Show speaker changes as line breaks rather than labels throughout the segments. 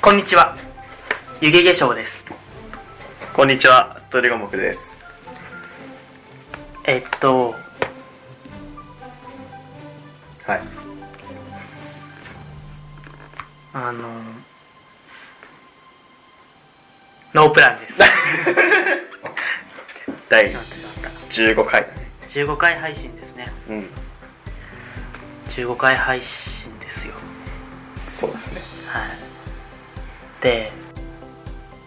こんにちは湯気化粧です
こんにちは、鳥五目です。
えっと
はい。
あのノープランです
第
しまったしまっ
15回だね。
た15回配信ですね
うん。
15回配信ですよ
そうですね。
はいで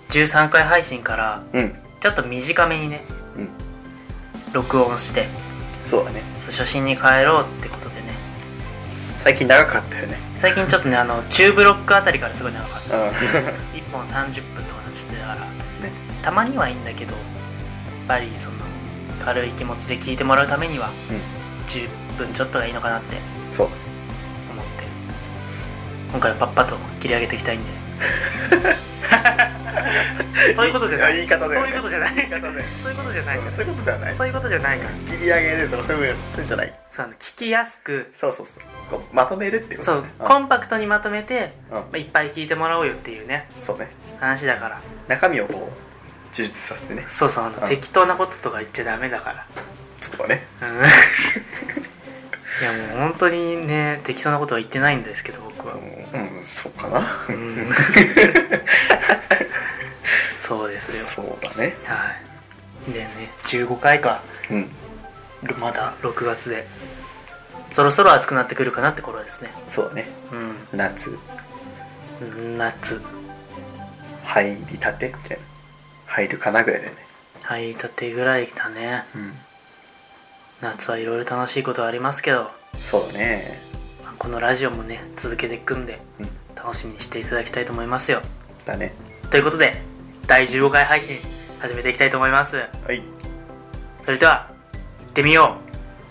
13回配信から
うん。
ちょっと短めにね
うん。
録音して
そうだね。
そう初心に帰ろうってことでね
最近長かったよね。
最近ちょっとねあの中ブロックあたりからすごい長かっ
う
た
ん。
1本30分とかしてたから
ね。
たまにはいいんだけどやっぱりその軽い気持ちで聞いてもらうためには
う
10分ちょっとがいいのかなって
ん。そう。
思って今回はパッパと切り上げていき たいんでそういうことじゃない
いや言い方だよね
そういうことじゃない
言い方だよね
そういうことじゃないから
そういうことではない。
そういうことじゃないから
切り上げるとかそういう、そういうんじゃない。
そうあの聞きやすく
そうそうそう。こうまとめるってこと
そ
だ
う
ね
コンパクトにまとめて、
うん
まあ、いっぱい聞いてもらおうよっていうね
うんそうね。
話だから
中身をこう、充実させてね。
そうそうあの、
うん
適当なこととか言っちゃダメだから
ちょっとね。
うんいやもう本当にね適当なことは言ってないんですけど僕は、
うん、うんそうかな。
うんそうですよ
そうだね。
はいでね15回か
うん。
まだ6月でそろそろ暑くなってくるかなって頃ですね
そうだね。夏、
うん夏
入りたてみたいな。入るかなぐらいだよね。
入りたてぐらいだね
うん。
夏はいろいろ楽しいことはありますけど
そうだね。
まあこのラジオもね続けていくんで
うん。
楽しみにしていただきたいと思いますよ
だね。
ということで第15回配信始めていきたいと思います
はい。
それでは行ってみよ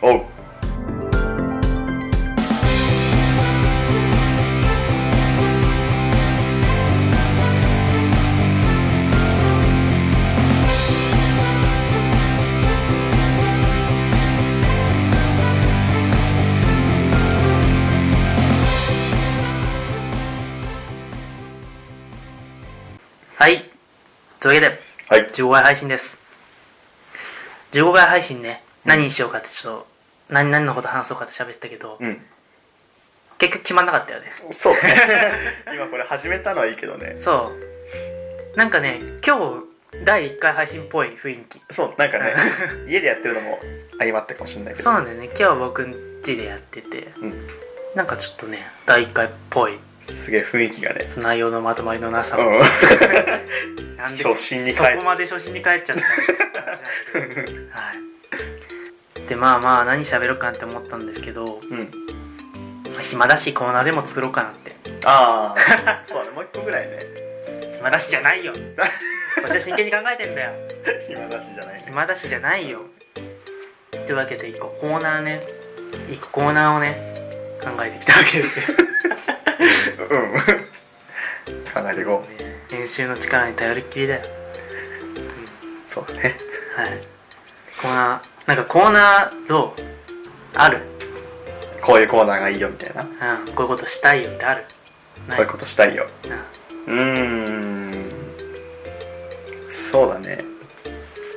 う
おう。
はいというわけで
はい。
15回配信です15回配信ね何にしようかってちょっと何何のこと話そうかって喋ってたけど、
うん。
結局決まんなかったよね
そうね。 今これ始めたのはいいけどね。
そうなんかね今日第1回配信っぽい雰囲気
そう、なんか ね、家でやってるのも相まったかもしれないけ
そ
ど。
うなんだよね今日は僕ん家でやってて
うん。
なんかちょっとね第1回っぽい
すげえ雰囲気がね。
その内容のまとまりのなさを、
う
なんで
初心に帰
そ
っ
こまで初心に帰っちゃったのはいでまあまあ何喋ろうかなって思ったんですけど、
ん。うん。
まあ暇だしコーナーでも作ろうかなって
あ あ。そうだね、もう一個ぐらいね。
暇だしじゃないよこっちは真剣に考えてんだよ
暇だしじゃないね。
暇だしじゃないよというわけで一個コーナーね一個コーナーをね考えてきたわけ ですよ
うん。考えていこ
編集の力に頼りっきりだよ
う。そうだね。
はいコーナーなんかコーナーどうある
こういうコーナーがいいよみたいな。こ
うん、こういうことしたいよってあるな
ういうことしたいよ。
うん
うーん。そうだね。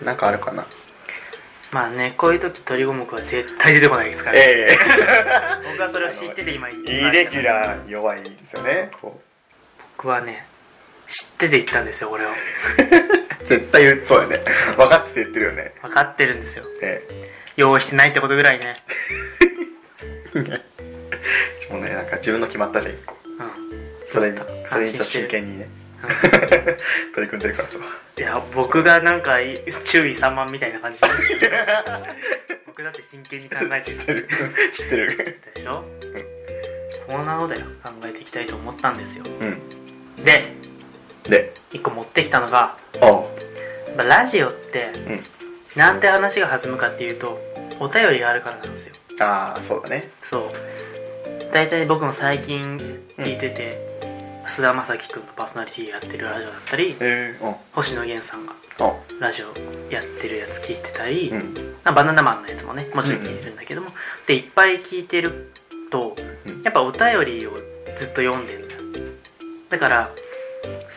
なんかあるかな。
まあねこういう時鳥五目は絶対出てこないですから、
ええ
僕はそれを知ってて今言いま
イ
した
レギュラー弱いですよねこ
僕はね知ってて言ったんですよ俺を
う絶対言うそうよね分かってて言ってるよね
分かってるんですよ
え
用意してないってことぐらいね
えもうねなんか自分の決まったじゃん一個
うん
それに
決まった
それにちょ
安心
っと
してる
真剣にね取り組んでるからさ
いや僕がなんかい注意散漫みたいな感じで 僕だって真剣に考えて
知って
る
る知ってる
でしょコーナーをだよ考えていきたいと思ったんですよ
うん
で
で
一個持ってきたのが
ああ
やっぱラジオって
うん
なんで話が弾むかっていうとお便りがあるからなんですよ
ああそうだね
そう大体僕も最近聞いてて菅、田将暉君のパーソナリティやってるラジオだったり
ええうん
星野源さんが
あ
ラジオやってるやつ聞いてたり、
うん
まあバナナマンのやつもねもちろん聞いてるんだけども、でいっぱい聞いてると
うん
やっぱお便りをずっと読んでるんだよだから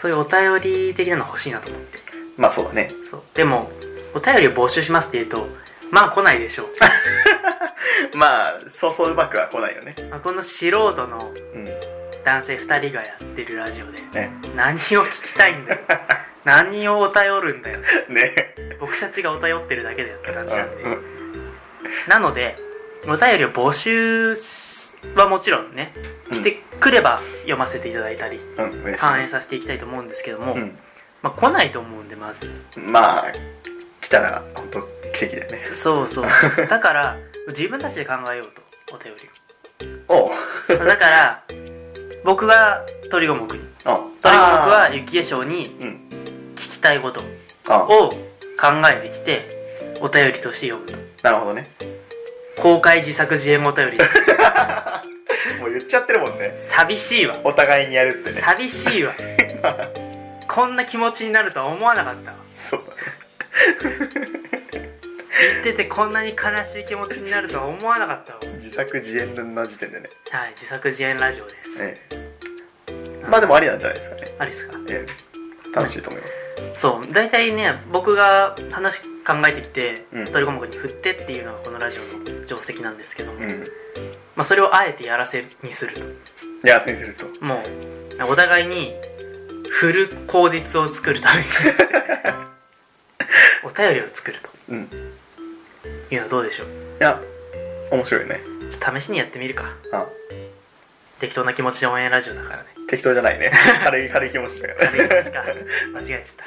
そういうお便り的なの欲しいなと思って
まあそうだね
そうでもお便りを募集しますって言うとまあ来ないでしょう、
まあそうそううまくは来ないよね
まあ、この素人の
うん
男性2人がやってるラジオで
ね
何を聞きたいんだ よ何をお便るんだよ
ね
僕たちがお便ってるだけだよって感じなんで
うんうん
なのでお便りを募集はもちろんねしてくれば読ませていただいたり
うん嬉しい
反映させていきたいと思うんですけども、
うん
まあ、来ないと思うんでまず
まあ来たら本当奇跡だよね
そうそう だから自分たちで考えようとお便
おう
りをだから僕は鳥五目に鳥五
お
目は雪化粧に
うん
聞きたいこと
あ
を考えてきてお便りとして読むと
なるほどね
公開自作自演お 便りです
もう言っちゃってるもんね
寂しいわ
お互いにやるってね
寂しい わこんな気持ちになるとは思わなかったわ
そう
言っててこんなに悲しい気持ちになるとは思わなかったわ
自作自演の時点でね
はい自作自演ラジオです
ええまあでもありなんじゃないですかね、
ありですか
ええ楽しいと思います
そう大体ね僕が話考えてきて
うん
鳥五目に振ってっていうのがこのラジオの定石なんですけども、
うん
まあ、それをあえてやらせにする
いや先生すると
ともうお互いに振る口実を作るためにお便りを作る
うんい
というのはどうでしょう
や面白いね
ちょっと試しにやってみるか
あ
適当な気持ちで応援ラジオだからね
適当じゃないね 軽い軽い気持ちだから
軽 い気持ちか間違えちゃっ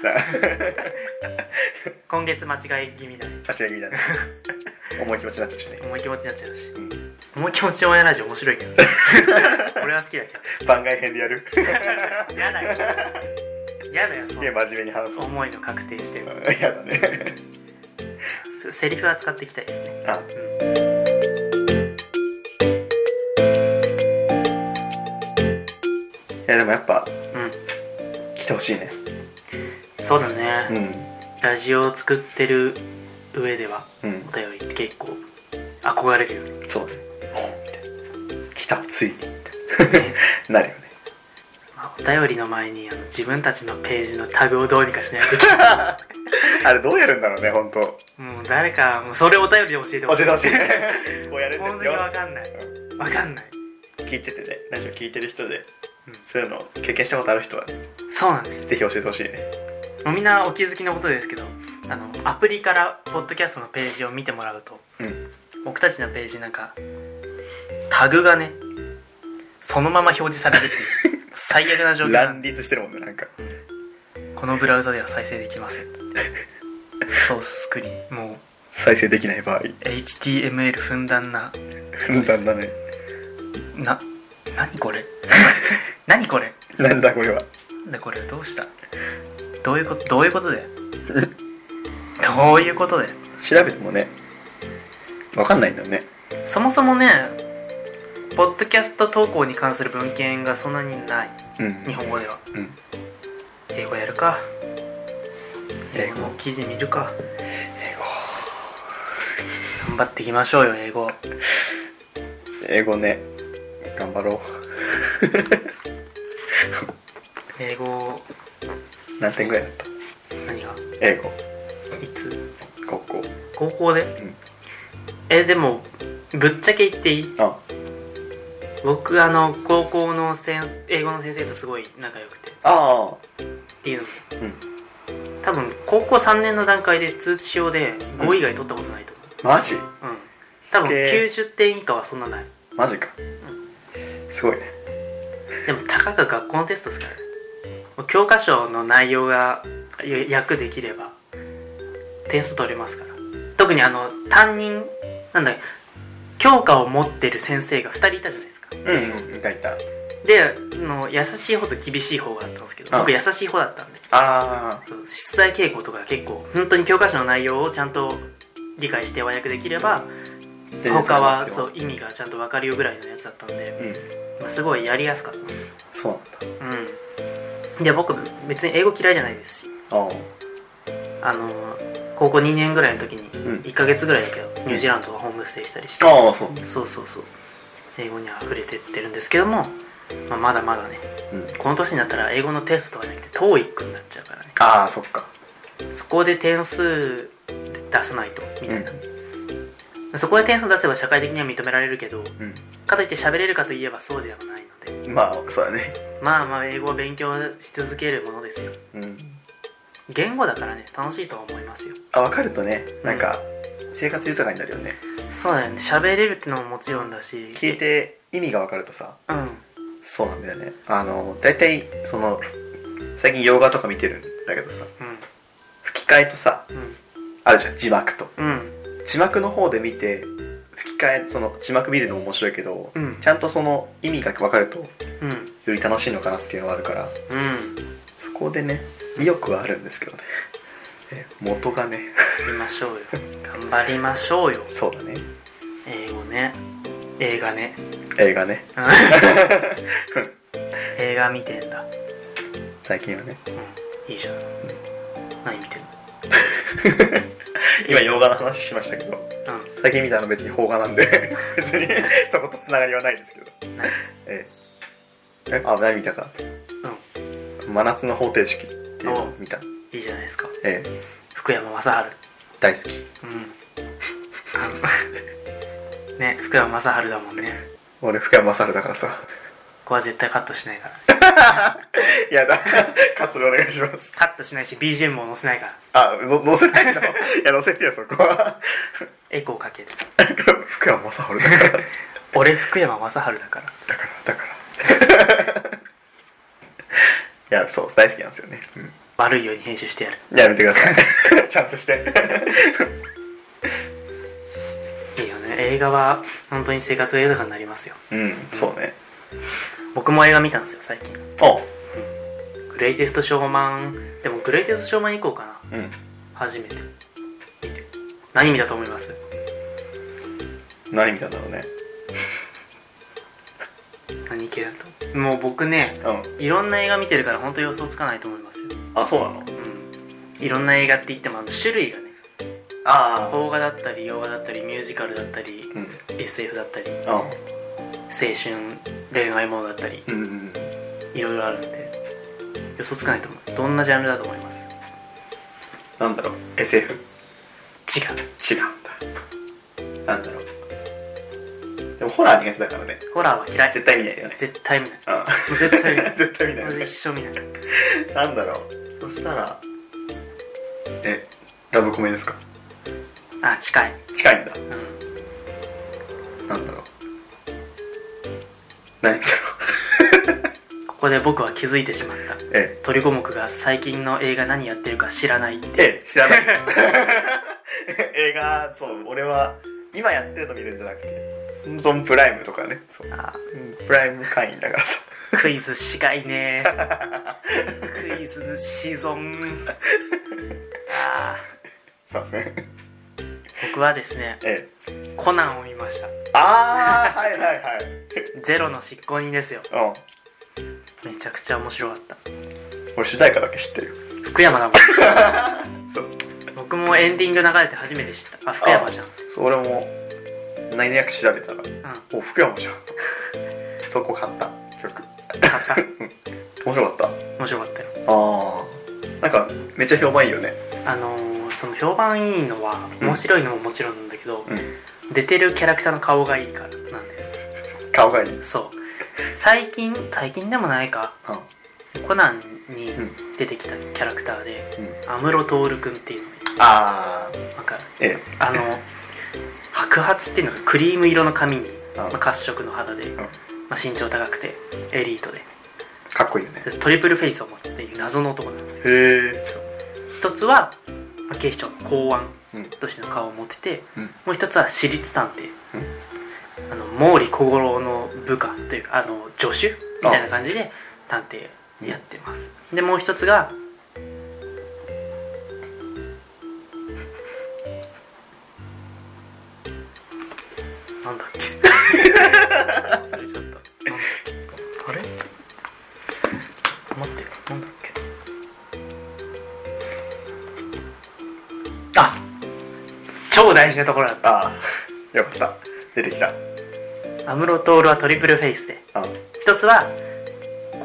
た
な
今月間違い気味だね
間違いみたいな重い気持ちになっちゃ うしね
重い気持ちになっちゃうし
うん
重い気持ちで応援ラジオ面白いけど俺は好きだけど
番外編でやる
やだよやだよそ
いや
の
真面目に話そう
思いの確定して る
うんやだね
セリフは使っていきたいですね
あいやでもやっぱ
う
来てほしいね
んそうだね、
うん
ラジオを作ってる上では
うん
お便りって結構憧れるよね
そうねおうみたいな来たついにみたい
ね
ななるよね
まあお便りの前にあの自分たちのページのタグをどうにかしないといけ ない
あれどうやるんだろうね本当
もう誰かもうそれお便りで教えて
教
ほ
え
しい
てほしいこうやるん
本当に
ですよ
わかんないわかんない
聞いててねラジオ聞いてる人で、
うん
そういうのを経験したことある人は
そうなんです
ぜひ教えてほしいね
もうみんなお気づきのことですけどあのアプリからポッドキャストのページを見てもらうと
うん
僕たちのページなんかタグがねそのまま表示されるっていう最悪な状況なん
乱
で
立してるもんねなんか
このブラウザでは再生できませんソーススクリーンもう
再生できない場合
HTML ふんだんな
だんだね
な何これ 何これ
なんだこれは
でこれどうしたどういうことどういうことだよどういうことだよ
調べてもねわかんないんだよね
そもそもねポッドキャスト投稿に関する文献がそんなにない
うん
日本語では
うん
英語やるか
英
英
語
語の記事見るか英語頑張っていきましょうよ英語
英語ね頑張ろ
英語
う何点ぐらいだった
何が
英語
いつ
高校
高校で、
ん
えでもぶっちゃけ言っていい
あ
僕あの高校のせん英語の先生とすごい仲良くてっ
あ
ていうのも
うん
多分高校3年の段階で通知表で5以外取ったことないと思う
マジ
うん、多分
すげえ
90点以下はそんなない
マジかすごいね
でもたかが学校のテストですからねもう教科書の内容がや訳できれば点数取れますから特にあの担任なんだ教科を持ってる先生が2人いたじゃないですか、
うんいたいた
であの優しい方と厳しい方があったんですけど
あ
僕優しい方だったんで
あ
そう出題傾向とか結構本当に教科書の内容をちゃんと理解して和訳できれば
あ
他は
そ
そうう意味がちゃんと分かるよぐらいのやつだったんで、
うん
まあ、すごいやりやすかった
そうなんだ
うんで僕別に英語嫌いじゃないですし
あ
あの高校2年ぐらいの時に
ん
1ヶ月ぐらいだけど、ニュージーランドがホームステイしたりして、
あああそう
そうそうそう英語には溢れてってるんですけどもまあ、まだまだね
うん、
この年になったら英語のテストとかじゃなくて TOEIC になっちゃうからね
ああそっか
そこで点数出さないとみたいな、そこで点数出せば社会的には認められるけど
うん
かといって喋れるかといえばそうではないので
まあそうだね
まあまあ英語を勉強し続けるものですよ
うん
言語だからね楽しいとは思いますよ
あ分かるとねなんか生活豊かになるよね
そうだよね喋れるってのももちろんだし
聞いて意味が分かるとさ
うん
そうなんだよねあの大体その最近洋画とか見てるんだけどさ吹き替えとさ
うん
あるじゃん字幕と
うん
字幕の方で見て吹き替えその字幕見るのも面白いけど、
うん
ちゃんとその意味が分かるとよ
うん
り楽しいのかなっていうのはあるから
うん、
そこでね意欲はあるんですけどねえ元がね
やりま しょうよ頑張りましょうよ
そうだね
英語ね映画 ね
映画ね
うん映画見てんだ
最近はね
うんいいじゃん何見てんの
今洋画の話しましたけど
う
最近見たの別に邦画なんで 別にそことつながりはないですけど
ん何
えええあ何見たか
う
真夏の方程式っていうのを見た
んいいじゃないですか
ええ
福山雅治
大好き
うん ね福山雅治だもんね
俺福山雅治だからさ
ここは絶対カットしないから
いやだ カットでお願いします
カットしないし BGM も載せないから
あの載せないのい や載せてよそこは
エコーかける
福山雅治だからだから
俺福山雅治だから
だから いやそう大好きなんですよね、
悪いように編集してやる
うん、やめてください ちゃんとして
いいよね映画は本当に生活が豊かになりますよ
うんそうね
僕も映画見たんですよ最近
お
グレイテストショーマンでもグレイテストショーマン以降かな
うん
初めて見て何見たと思います
何見たんだろうね
何系だともう僕ね
うん
いろんな映画見てるから本当予想つかないと思いますよ
あそうなの
うんいろんな映画って言ってもあの種類がね
あ
邦画だったり洋画だったりミュージカルだったり
うん
SF だったり青
あ
春恋愛ものだったり
うんうん
いろいろあるんで予想つかないと思うどんなジャンルだと思います
なんだろう SF
違う
違うんだなんだろうでもホラー苦手だからね
ホラーは嫌い
絶対見ないよね
絶対見ない
うん
もう絶対見ない
絶対見ない
も
よ
う
ね
一生見ない
なん だろうそしたらえラブコメですか
あ近い
近いんだ
うん
なんだろう何だろ
ここで僕は気づいてしまった
うえ
鳥五目が最近の映画何やってるか知らないって
ええ知らない 映画そう俺は今やってるの見るんじゃなくてゾンプライムとかねそう
あ
うんプライム会員だからさ
クイズしかいねクイズシゾンあ
そうですね
ー僕はですね
ええ
コナンを見ました
ああはいはいはい
ゼロの執行人ですよ
うん
めちゃくちゃ面白かった
俺主題歌だけ知ってる
福山だもん
そう
僕もエンディング流れて初めて知ったあ福山じゃん
それも何々調べたら
うん
お福山じゃんそこ買った 曲
買った
面白かっ
面白かったよ
たああんかめっちゃ評判いいよね
あのー、その評判いいのは
うん
面白いのももちろんなんだけど、
うん
出てるキャラクターの顔がいいからなんだよ
顔がいいうん
そう最近最近でもないかコナンに出てきたキャラクターで安室徹君っていうの
ああ
なんか
ええ
あの白髪っていうのがクリーム色の髪に、
あ
まあ、褐色の肌で、まあ、身長高くてエリートで
かっこいいよね
でトリプルフェイスを持っている謎の男なんですよ
へえ
一つはまあ警視庁の公安
うん
としての顔を持ってて
うん
もう一つは私立探偵あの毛利小五郎の部下というかあの助手みたいな感じで探偵やってます、でもう一つがなんだっけ忘れちゃったなんだっけ あれ待ってなんだっけあ超大事なところだった
ああよかった出てきた
安室徹はトリプルフェイスで
あ
一つは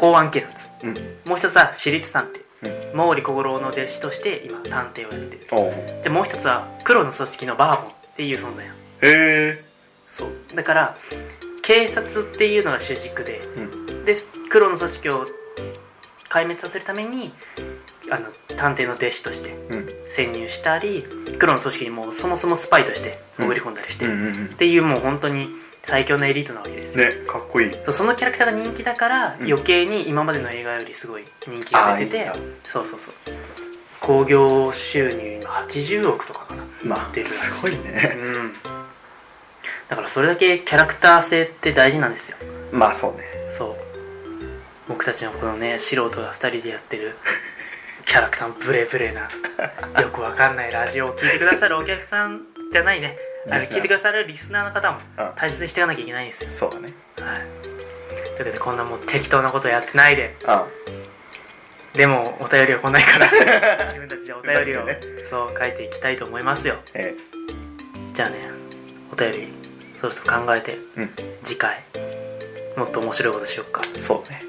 公安警察
うん
もう一つは私立探
う
偵毛利小五郎の弟子として今探偵をやってる
おう
でもう一つは黒の組織のバーボンっていう存在なんです
へえ
そうだから警察っていうのが主軸で
うん
で黒の組織を壊滅させるためにあの探偵の弟子として
うん
潜入したり黒の組織にもうそもそもスパイとして潜り込んだりして、
うんうんうん
っていうもう本当に最強のエリートなわけですよ、
ねかっこいい
そうそのキャラクターが人気だから
ん
余計に今までの映画よりすごい人気が出てて
あーいい
そうそうそう興行収入今80億とかかな
ま
出
あ
る
すごい
うん
ね
だからそれだけキャラクター性って大事なんですよ
まあそうね
そう僕たちのこのね素人が2人でやって るキャラクターのブレブレなよくわかんないラジオを聞いてくださるお客さんじゃないねあの
リスナー
聞いてくださるリスナーの方も
うん
大切にしていかなきゃいけないんですよ、
そうだね
はい、というわけでこんなもう適当なことやってないで
あ
でもお便りは来ない から自分たちでお便りを
自分た
そう書いていきたいと思いますよ
え
じゃあねお便りそろそろ考えて
えうん
次回もっと面白いことしよっか
そうね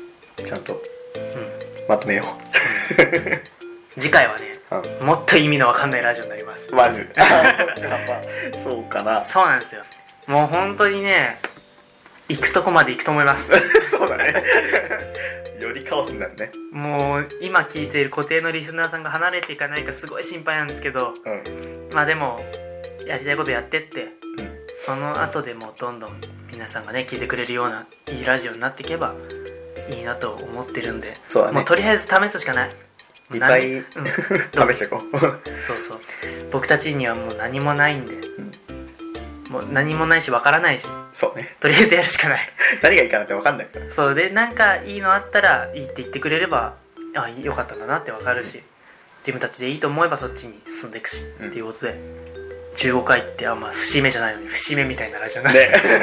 ちゃんと
うん
まとめよ
次回はね
ううん
もっと意味のわかんないラジオになります
マジそうかな
そうなんですよもう本当にね行くとこまで行くと思います
そうだねよりカオスになるね
もう今聞いている固定のリスナーさんが離れていかないかすごい心配なんですけど
うん
まあでもやりたいことやってって
うん
その後でもうどんどん皆さんがね聞いてくれるようないいラジオになっていけばいいなと思ってるんで
そうだね
もうとりあえず試すしかない
いっぱい
何うん
試していこう
そうそう僕たちにはもう何もないんで、
ん
もう何もないしわからないし
そうね
とりあえずやるしかない
何がいいかなんて分かんないから
そうでなんかいいのあったらいいって言ってくれればあよかったんだなってわかるし自分たちでいいと思えばそっちに進んでいくし、
うん
っていうことで15回ってあんまあ節目じゃないのに節目みたいなラジオになっちゃう
ね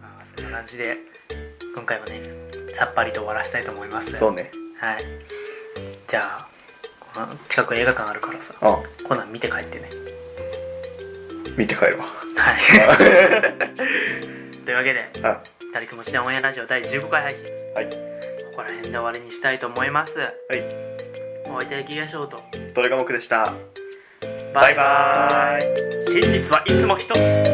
まあそんな感じで今回もねさっぱりと終わらせたいと思います
そうね
はいじゃあこの近く映画館あるからさ
あ
コナン見て帰ってね
見て帰るわ
はい というわけで
あ
「たりくもちのオンエアラジオ第15回配信」
はい
ここら辺で終わりにしたいと思います
はい
お相手はギガショート
どれが僕でした
バ
バイバーイ
真実はいつも一つ